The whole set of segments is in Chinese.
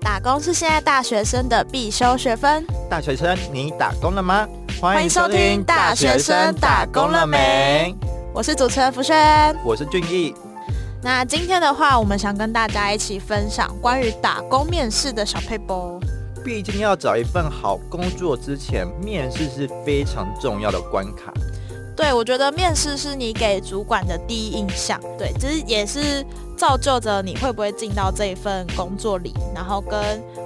打工是现在大学生的必修学分。大学生，你打工了吗？欢迎收听大学生打工了没？我是主持人福轩。我是俊逸。那今天的话，我们想跟大家一起分享关于打工面试的小配波。毕竟要找一份好工作之前，面试是非常重要的关卡。对，我觉得面试是你给主管的第一印象，对，其实也是造就着你会不会进到这一份工作里，然后跟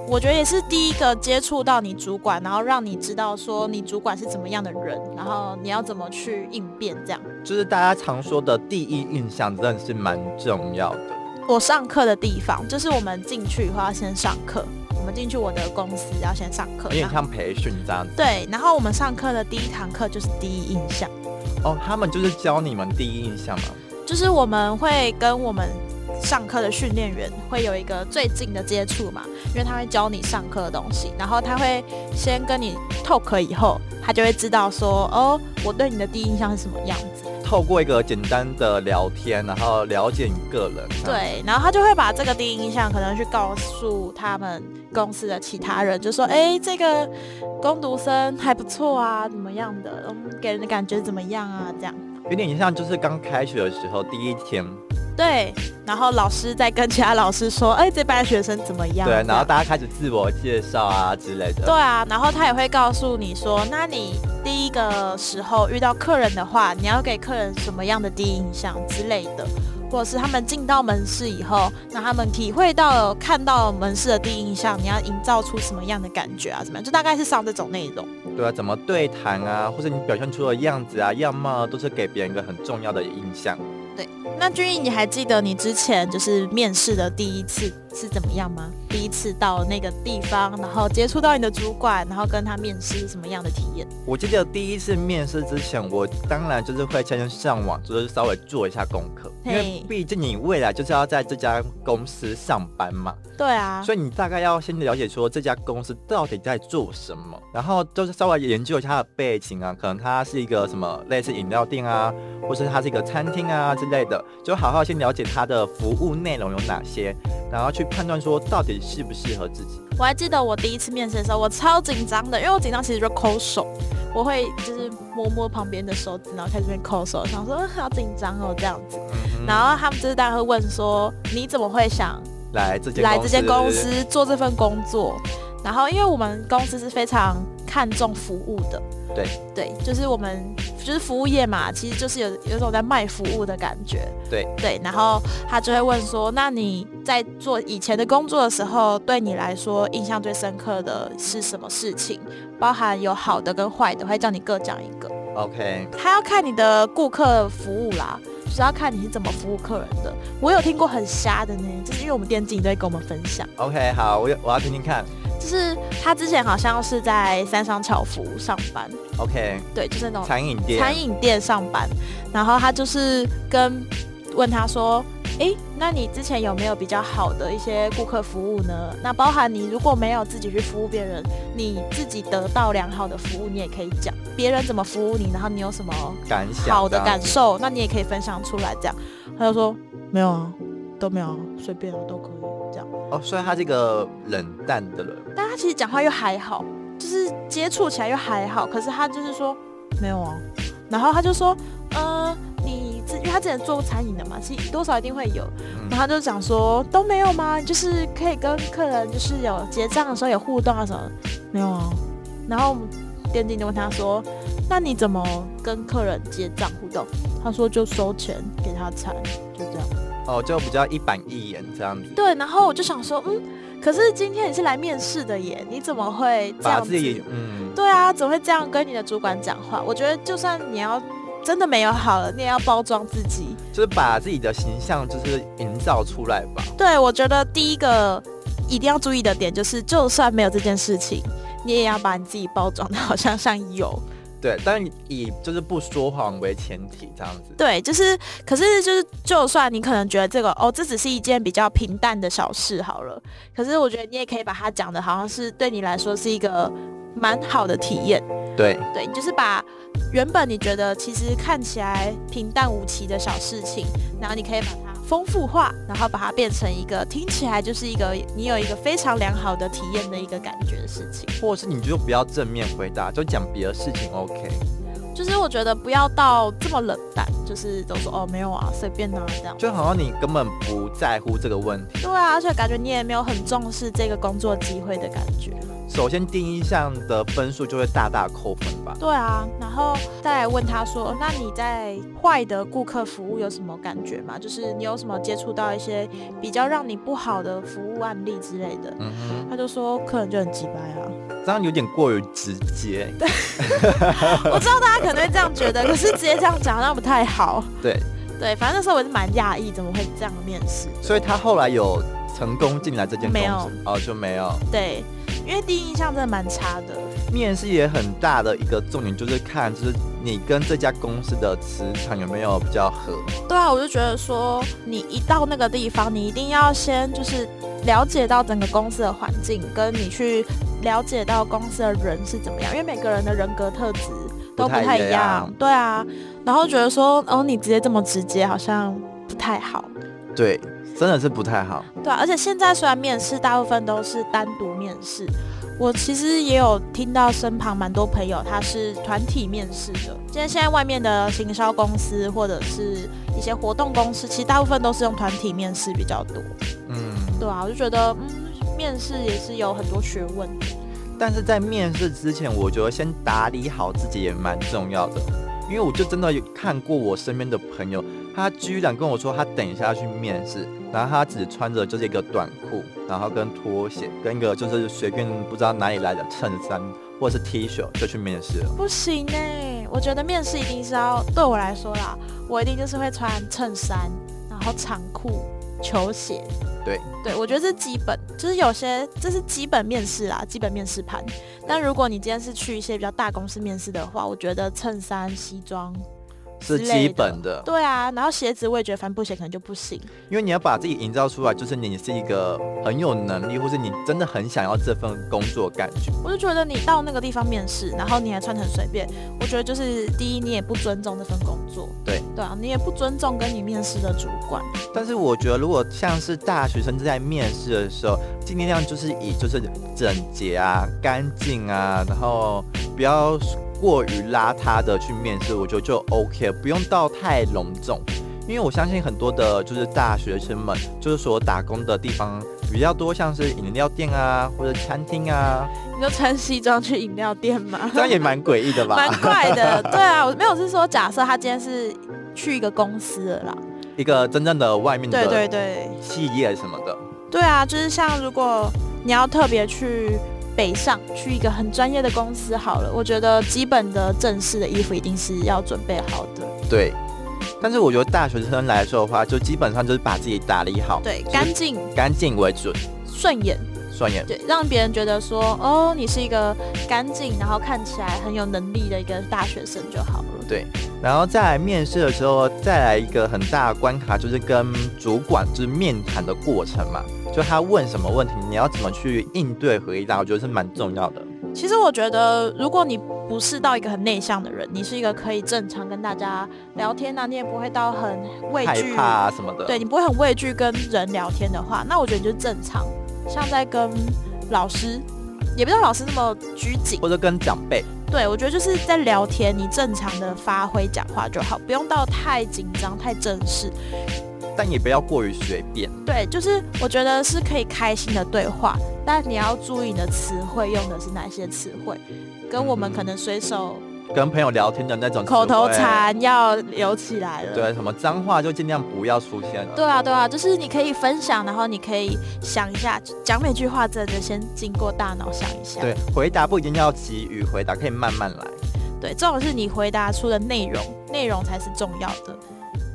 我觉得也是第一个接触到你主管，然后让你知道说你主管是怎么样的人，然后你要怎么去应变这样。就是大家常说的第一印象，真的是蛮重要的。我上课的地方就是我们进去以后要先上课，我们进去我的公司要先上课有，点然后像培训这样子对，然后我们上课的第一堂课就是第一印象。哦，他们就是教你们第一印象嘛。就是我们会跟我们上课的训练员会有一个最近的接触嘛，因为他会教你上课的东西，然后他会先跟你 talk 以后，他就会知道说，哦，我对你的第一印象是什么样子。透过一个简单的聊天，然后了解你个人。这样，对，然后他就会把这个第一印象可能去告诉他们公司的其他人，就说，哎，这个攻读生还不错啊，怎么样的，嗯，给人的感觉怎么样啊，这样。有点像就是刚开学的时候第一天，对，然后老师再跟其他老师说，哎，这班学生怎么样？啊对，啊这然后样大家开始自我介绍啊之类的。对啊，然后他也会告诉你说，那你第一个时候遇到客人的话，你要给客人什么样的第一印象之类的，或者是他们进到门市以后，让他们体会到看到门市的第一印象，你要营造出什么样的感觉啊？怎么样？就大概是上这种内容。对啊，怎么对谈啊，或是你表现出的样子啊、样貌啊，都是给别人一个很重要的印象。那君毅，你还记得你之前就是面试的第一次是怎么样吗？第一次到那个地方，然后接触到你的主管，然后跟他面试是什么样的体验？我记得第一次面试之前，我当然就是会先上网，就是稍微做一下功课，因为嘿毕竟你未来就是要在这家公司上班嘛，对啊，所以你大概要先了解说这家公司到底在做什么，然后就是稍微研究一下它的背景啊，可能它是一个什么类似饮料店啊，或是它是一个餐厅啊之类的，就好好先了解它的服务内容有哪些，然后去判断说到底适不适合自己。我还记得我第一次面试的时候，我超紧张的，因为我紧张其实就抠手，我会就是摸摸旁边的手指，然后开始变抠手，想说嗯好紧张哦这样子。嗯然后他们就是大家会问说，你怎么会想哼，来这间来这间公司司做这份工作？然后因为我们公司是非常看重服务的，对对，就是我们就是服务业嘛，其实就是有有种在卖服务的感觉。对对，然后他就会问说：“那你在做以前的工作的时候，对你来说印象最深刻的是什么事情？包含有好的跟坏的，会叫你各讲一个。 ，OK，他要看你的顾客服务啦，就是要看你是怎么服务客人的。我有听过很瞎的呢，就是因为我们店经理都会跟我们分享， OK，好，我要我要听听看。就是他之前好像是在三商巧福上班， OK，对，就是那种餐饮店，哦餐饮店上班，然后他就是跟问他说：“诶，那你之前有没有比较好的一些顾客服务呢？那包含你如果没有自己去服务别人，你自己得到良好的服务，你也可以讲别人怎么服务你，然后你有什么感想好的这样感受，那你也可以分享出来。”这样，他就说：“没有啊，都没有啊，随便啊，都可以。”这样，哦，所以他是一个冷淡的人，但他其实讲话又还好，就是接触起来又还好，可是他就是说没有啊，然后他就说，呃，你自因为他之前做过餐饮的嘛，其实多少一定会有，嗯然后他就讲说都没有吗？就是可以跟客人就是有结账的时候有互动啊什么的，没有啊。然后我们店经理就问他说，那你怎么跟客人结账互动？他说就收钱给他餐，就这样。哦，就比较一板一眼这样子，对，然后我就想说，嗯，可是今天你是来面试的耶，你怎么会这把样自子？己嗯，对啊，怎么会这样跟你的主管讲话？我觉得就算你要真的没有好了，你也要包装自己。就是把自己的形象就是营造出来吧。对，我觉得第一个一定要注意的点就是，就算没有这件事情，你也要把你自己包装的好像像有。 对，但以就是不说谎为前提这样子。对，就是，可是就是，就算你可能觉得这个哦，这只是一件比较平淡的小事好了，可是我觉得你也可以把它讲的好像是对你来说是一个蛮好的体验。对，对，你就是把原本你觉得其实看起来平淡无奇的小事情，然后你可以把它丰富化，然后把它变成一个听起来就是一个你有一个非常良好的体验的一个感觉的事情。或者是你就不要正面回答，就讲别的事情 OK。就是我觉得不要到这么冷淡，就是都说哦没有啊，随便啊这样。就好像你根本不在乎这个问题。对啊，而且感觉你也没有很重视这个工作机会的感觉。首先第一项的分数就会大大扣分吧。对啊，然后再来问他说，那你在坏的顾客服务有什么感觉吗？就是你有什么接触到一些比较让你不好的服务案例之类的？嗯哼，他就说客人就很鸡掰啊。这样有点过于直接。对 我知道大家可能会这样觉得，可是直接这样讲好像不太好。对，对，反正那时候我是蛮讶异，怎么会这样面试？所以他后来有成功进来这间公司，没有哦就没有。对，因为第一印象真的蛮差的。面试也很大的一个重点就是看，就是你跟这家公司的磁场有没有比较合。对啊，我就觉得说，你一到那个地方，你一定要先就是了解到整个公司的环境，跟你去了解到公司的人是怎么样，因为每个人的人格特质都不太不太一一样样。对啊，然后觉得说，哦，你直接这么直接好像不太好。对，真的是不太好。对啊，而且现在虽然面试大部分都是单独面试，我其实也有听到身旁蛮多朋友他是团体面试的。现在现在外面的行销公司或者是一些活动公司，其实大部分都是用团体面试比较多。嗯，对啊，我就觉得嗯，面试也是有很多学问的。但是在面试之前，我觉得先打理好自己也蛮重要的，因为我就真的有看过我身边的朋友，他居然跟我说他等一下要去面试，然后他只穿着就是一个短裤，然后跟拖鞋，跟一个就是随便不知道哪里来的衬衫或者是 T 恤就去面试了。不行呢、我觉得面试一定是要对我来说啦，我一定就是会穿衬衫，然后长裤、球鞋。对对，我觉得这是基本，就是有些这是基本面试啦，基本面试盘。但如果你今天是去一些比较大公司面试的话，我觉得衬衫、西装，是之基类的本的，对啊，然后鞋子我也觉得帆布鞋可能就不行。因为你要把自己营造出来，就是你是一个很有能力，或是你真的很想要这份工作的感觉。我就觉得你到那个地方面试，然后你还穿得很随便，我觉得就是第一，你也不尊重这份工作，对对啊，你也不尊重跟你面试的主管，但是我觉得，如果像是大学生在面试的时候，尽量就是以就是整洁啊、干净啊，然后不要过于邋遢的去面试，我觉得就 OK，不用到太隆重。因为我相信很多的就是大学生们，就是所打工的地方比较多，像是饮料店啊或者餐厅啊，你就穿西装去饮料店吗？这样也蛮诡异的 吧？蛮怪的，对啊，我没有是说假设他今天是去一个公司了啦，一个真正的外面对的对对，企业什么的，对啊，就是像如果你要特别去北上去一个很专业的公司好了，我觉得基本的正式的衣服一定是要准备好的，对。但是我觉得大学生来说的话，就基本上就是把自己打理好，对，就是干净干净为准，顺眼，算也对，让别人觉得说哦，你是一个干净，然后看起来很有能力的一个大学生就好了。对。然后再来面试的时候，再来一个很大的关卡，就是跟主管就是面谈的过程嘛，就他问什么问题，你要怎么去应对回答，我觉得是蛮重要的。其实我觉得，如果你不是到一个很内向的人，你是一个可以正常跟大家聊天啊，你也不会到很畏害惧怕、啊什么的，对你不会很畏惧跟人聊天的话，那我觉得你就是正常，像在跟老师，也不知道老师那么拘谨。或者跟长辈，对我觉得就是在聊天，你正常的发挥讲话就好，不用到太紧张、太正式。但也不要过于随便。对，就是我觉得是可以开心的对话，但你要注意你的词汇用的是哪些词汇，跟嗯我们可能随手跟朋友聊天的那种口头词汇，禅要留起来了。对，什么脏话就尽量不要出现了。对啊，对啊，就是你可以分享，然后你可以想一下，讲每句话真的先经过大脑想一下。对，回答不一定要急于回答，可以慢慢来。对，重要的是你回答出的内容，内容才是重要的。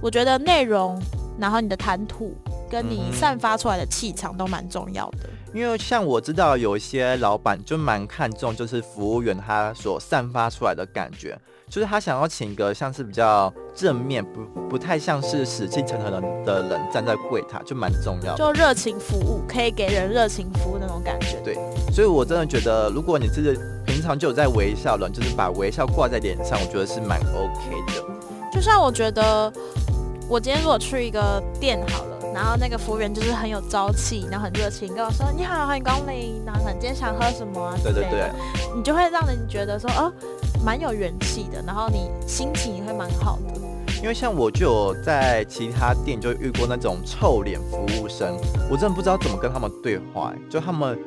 我觉得内容，然后你的谈吐，跟嗯你哼散发出来的气场都蛮重要的。因为像我知道有一些老板就蛮看重，就是服务员他所散发出来的感觉，就是他想要请一个像是比较正面，不不太像是死气沉沉的人的人站在柜台，就蛮重要的。就热情服务，可以给人热情服务那种感觉。所以我真的觉得，如果你是平常就有在微笑了，就是把微笑挂在脸上，我觉得是蛮 OK 的。就像我觉得我今天如果去一个店好了，然后那个服务员就是很有朝气，然后很热情，跟我说你好，欢迎光临，然后你今天想喝什么啊？对对对，，你就会让人觉得说哦，蛮有元气的，然后你心情也会蛮好的。因为像我就有在其他店就遇过那种臭脸服务生，我真的不知道怎么跟他们对话、就他们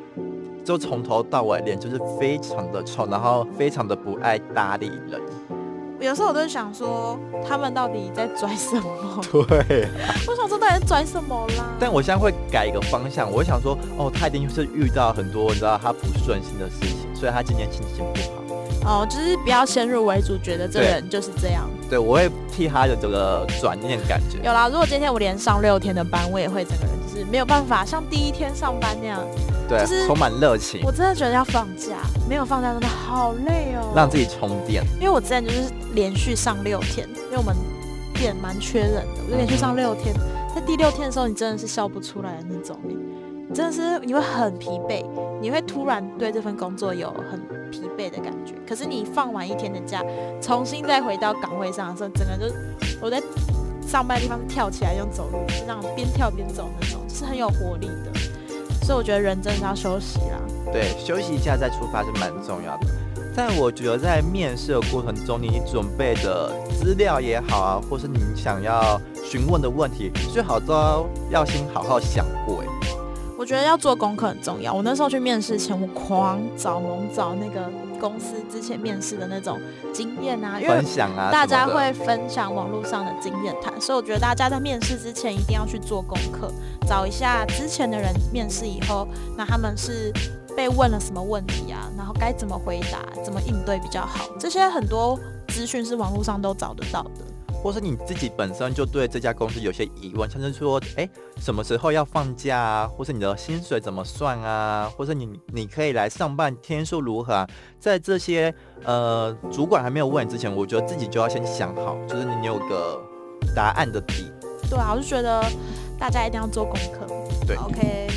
就从头到尾脸就是非常的臭，然后非常的不爱搭理人。有时候我都会想说，他们到底在拽什么？对，我想说到底在拽什么啦？但我现在会改一个方向，我会想说，哦，他一定是遇到很多你知道他不顺心的事情，所以他今天心情不好。哦，就是不要先入为主，觉得这对人就是这样。对，我会替他的这个转念感觉。有啦，如果今天我连上六天的班，我也会整个人就是没有办法像第一天上班那样，对，就是充满热情，我真的觉得要放假，没有放假真的好累哦。让自己充电。因为我之前就是连续上六天，因为我们店蛮缺人的，我就连续上六天。在第六天的时候，你真的是笑不出来的那种欸，你真的是你会很疲惫，你会突然对这份工作有很疲惫的感觉。可是你放完一天的假，重新再回到岗位上的时候，整个就是我在上班的地方跳起来，用走路是那种边跳边走那种，是很有活力的。所以我觉得人真的是要休息啦。对，休息一下再出发是蛮重要的。但我觉得在面试的过程中，你准备的资料也好啊，或是你想要询问的问题，最好都要先好好想过。哎我觉得要做功课很重要。我那时候去面试前，我狂找猛找那个公司之前面试的那种经验啊，因为分享啊，大家什么的会分享网络上的经验谈，所以我觉得大家在面试之前一定要去做功课，找一下之前的人面试以后，那他们是被问了什么问题啊，然后该怎么回答，怎么应对比较好，这些很多资讯是网络上都找得到的。或是你自己本身就对这家公司有些疑问，像是说，哎，什么时候要放假啊，或是你的薪水怎么算啊，或是你你可以来上班天数如何啊，在这些呃主管还没有问你之前，我觉得自己就要先想好，就是你有个答案的底。对啊，我就觉得大家一定要做功课。对，OK，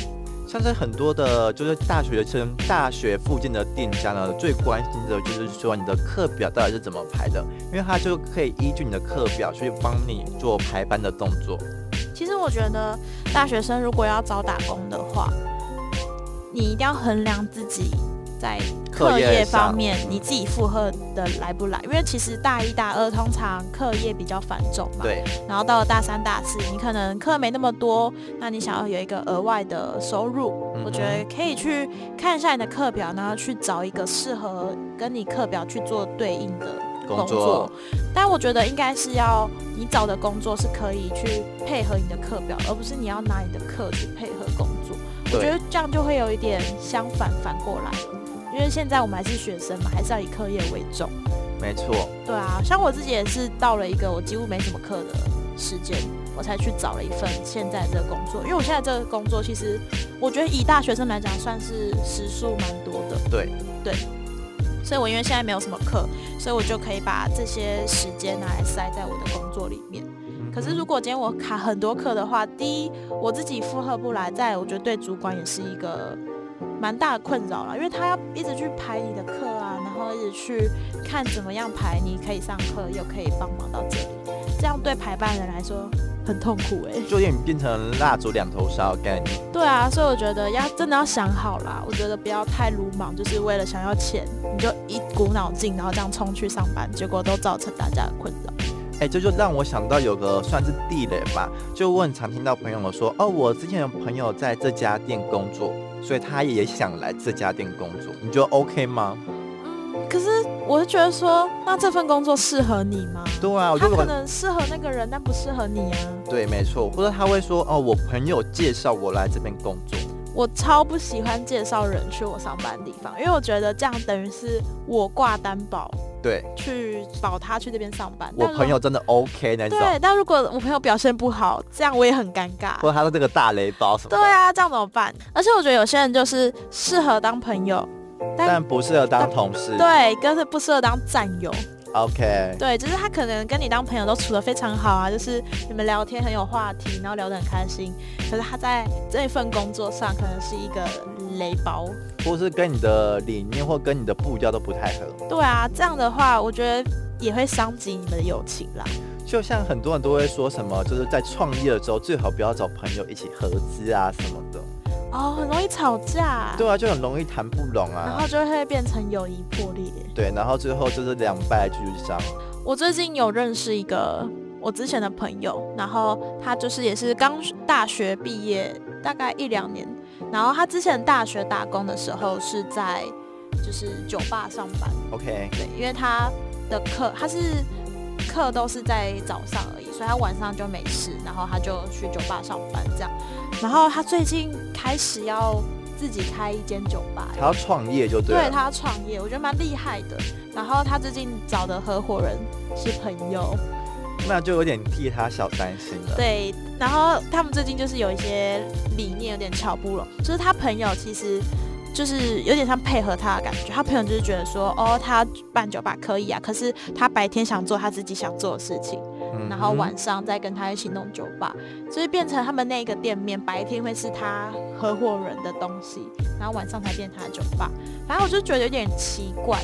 像是很多的，就是大学生、大学附近的店家呢，最关心的就是说你的课表到底是怎么排的，因为他就可以依据你的课表去帮你做排班的动作。其实我觉得大学生如果要找打工的话，你一定要衡量自己在课业方面课业上你自己负荷的来不来，因为其实大一大二通常课业比较繁重嘛，对，然后到了大三大四，你可能课没那么多，那你想要有一个额外的收入，嗯我觉得可以去看一下你的课表，然后去找一个适合跟你课表去做对应的工作但我觉得应该是要你找的工作是可以去配合你的课表，而不是你要拿你的课去配合工作。我觉对得这样就会有一点相反，反过来了。因为现在我们还是学生嘛，还是要以课业为重。没错。对啊，像我自己也是到了一个我几乎没什么课的时间，我才去找了一份现在这个工作。因为我现在这个工作，其实我觉得以大学生来讲，算是时数蛮多的。对对，所以我因为现在没有什么课，所以我就可以把这些时间拿来塞在我的工作里面。可是如果今天我卡很多课的话，第一我自己负荷不来，再来我觉得对主管也是一个蛮大的困扰啦，因为他要一直去排你的课啊，然后一直去看怎么样排，你可以上课又可以帮忙到这里，这样对排班人来说很痛苦欸诶、就有点变成蜡烛两头烧的概念。对啊，所以我觉得要真的要想好啦，我觉得不要太鲁莽，就是为了想要钱，你就一股脑劲，然后这样冲去上班，结果都造成大家的困扰。哎、这就让我想到有个算是地雷吧，就我很常听到朋友们说，哦，我之前有朋友在这家店工作，所以他也想来这家店工作，你觉得 OK 吗？嗯，可是我是觉得说，那这份工作适合你吗？对啊，我他就可管能适合那个人，但不适合你啊。对，没错，或者他会说，哦，我朋友介绍我来这边工作，我超不喜欢介绍人去我上班的地方，因为我觉得这样等于是我挂担保对嗯去保他去这边上班。我但如果朋友真的 OK 那种，对，但如果我朋友表现不好，这样我也很尴尬。或者他的这个大雷包什么的，对啊，这样怎么办？而且我觉得有些人就是适合当朋友，但但不适合当同事对，但是不适合当战友。 ，OK，对，就是他可能跟你当朋友都处得非常好啊，就是你们聊天很有话题，然后聊得很开心。可是他在这份工作上可能是一个雷包。或是跟你的理念或跟你的步调都不太合。对啊，这样的话，我觉得也会伤及你们的友情啦。就像很多人都会说什么，就是在创业的时候最好不要找朋友一起合资啊什么的。哦，很容易吵架，对啊，就很容易谈不拢然啊后。就会变成友谊破裂。对，然后最后就是两败俱伤。我最近有认识一个我之前的朋友，然后他就是也是刚大学毕业大概一两年，然后他之前大学打工的时候是在就是酒吧上班， OK，对，因为他的课他是课都是在早上而已，所以他晚上就没事，然后他就去酒吧上班这样。然后他最近开始要自己开一间酒吧，他要创业就对对啊了。他创业，我觉得蛮厉害的。然后他最近找的合伙人是朋友，那就有点替他小担心了。对，然后他们最近就是有一些理念有点瞧不拢，就是他朋友其实就是有点像配合他的感觉，他朋友就是觉得说，哦，他办酒吧可以啊，可是他白天想做他自己想做的事情，嗯然后哼晚上再跟他一起弄酒吧，所以变成他们那个店面白天会是他合伙人的东西，然后晚上才变他的酒吧。反正我就觉得有点奇怪，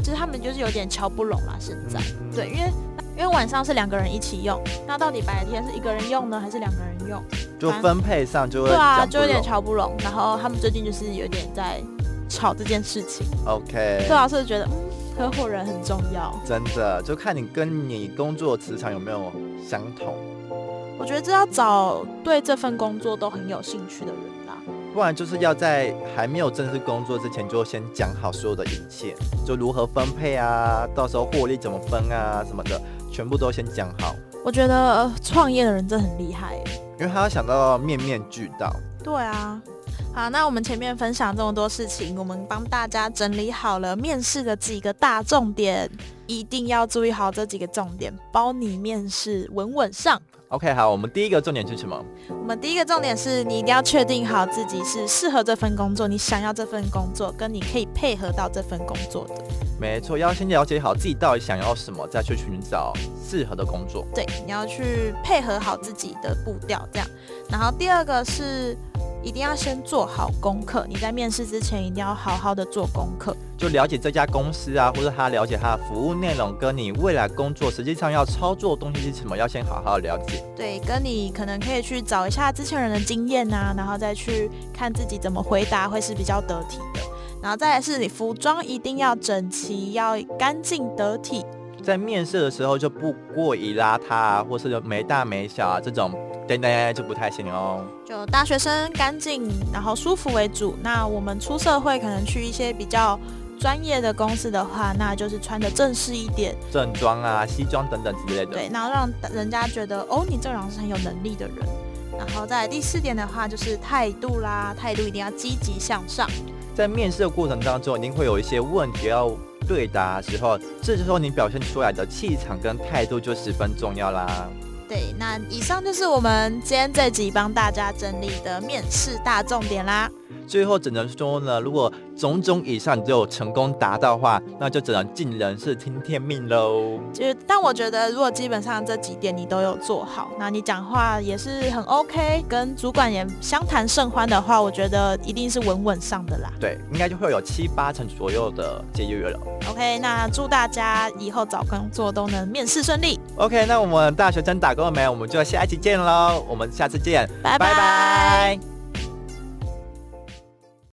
就是他们就是有点瞧不拢啦，现在。嗯对，因为因为晚上是两个人一起用，那到底白天是一个人用呢，还是两个人用？就分配上就会对啊，讲不就有点拢瞧不拢。然后他们最近就是有点在吵这件事情， OK，对啊，所以觉得嗯，合伙人很重要。真的就看你跟你工作磁场有没有相同，我觉得这要找对这份工作都很有兴趣的人啦。不然就是要在还没有正式工作之前就先讲好所有的一切，就如何分配啊，到时候获利怎么分啊什么的，全部都先讲好，我觉得创业的人真的很厉害耶。因为他要想到面面俱到。对啊，好，那我们前面分享这么多事情，我们帮大家整理好了面试的几个大重点，一定要注意好这几个重点，包你面试稳稳上。 OK，好，我们第一个重点是什么？我们第一个重点是你一定要确定好自己是适合这份工作，你想要这份工作，跟你可以配合到这份工作的。没错，要先了解好自己到底想要什么，再去寻找适合的工作。对，你要去配合好自己的步调，这样。然后第二个是一定要先做好功课，你在面试之前一定要好好的做功课。就了解这家公司啊，或者他了解他的服务内容，跟你未来工作实际上要操作的东西是什么，要先好好了解。对，跟你可能可以去找一下之前人的经验呐、然后再去看自己怎么回答会是比较得体的。然后再来是你服装一定要整齐，要干净得体。在面试的时候就不过于邋遢啊，或是没大没小啊这种，等等就不太行哦。就大学生干净，然后舒服为主。那我们出社会可能去一些比较专业的公司的话，那就是穿的正式一点，正装啊、西装等等之类的。对，然后让人家觉得哦，你这个人是很有能力的人。然后再来第四点的话，就是态度啦，态度一定要积极向上。在面试的过程当中，一定会有一些问题要对答的时候，这时候你表现出来的气场跟态度就十分重要啦。对，那以上就是我们今天这集帮大家整理的面试大重点啦。最后只能说呢，如果种种以上你都有成功达到的话，那就只能尽人事听天命喽。就是，但我觉得如果基本上这几点你都有做好，那你讲话也是很 OK，跟主管也相谈甚欢的话，我觉得一定是稳稳上的啦。对，应该就会有七八成左右的节约了。 OK，那祝大家以后找工作都能面试顺利， OK，那我们大学生打工了没？我们就下一期见喽，我们下次见，拜拜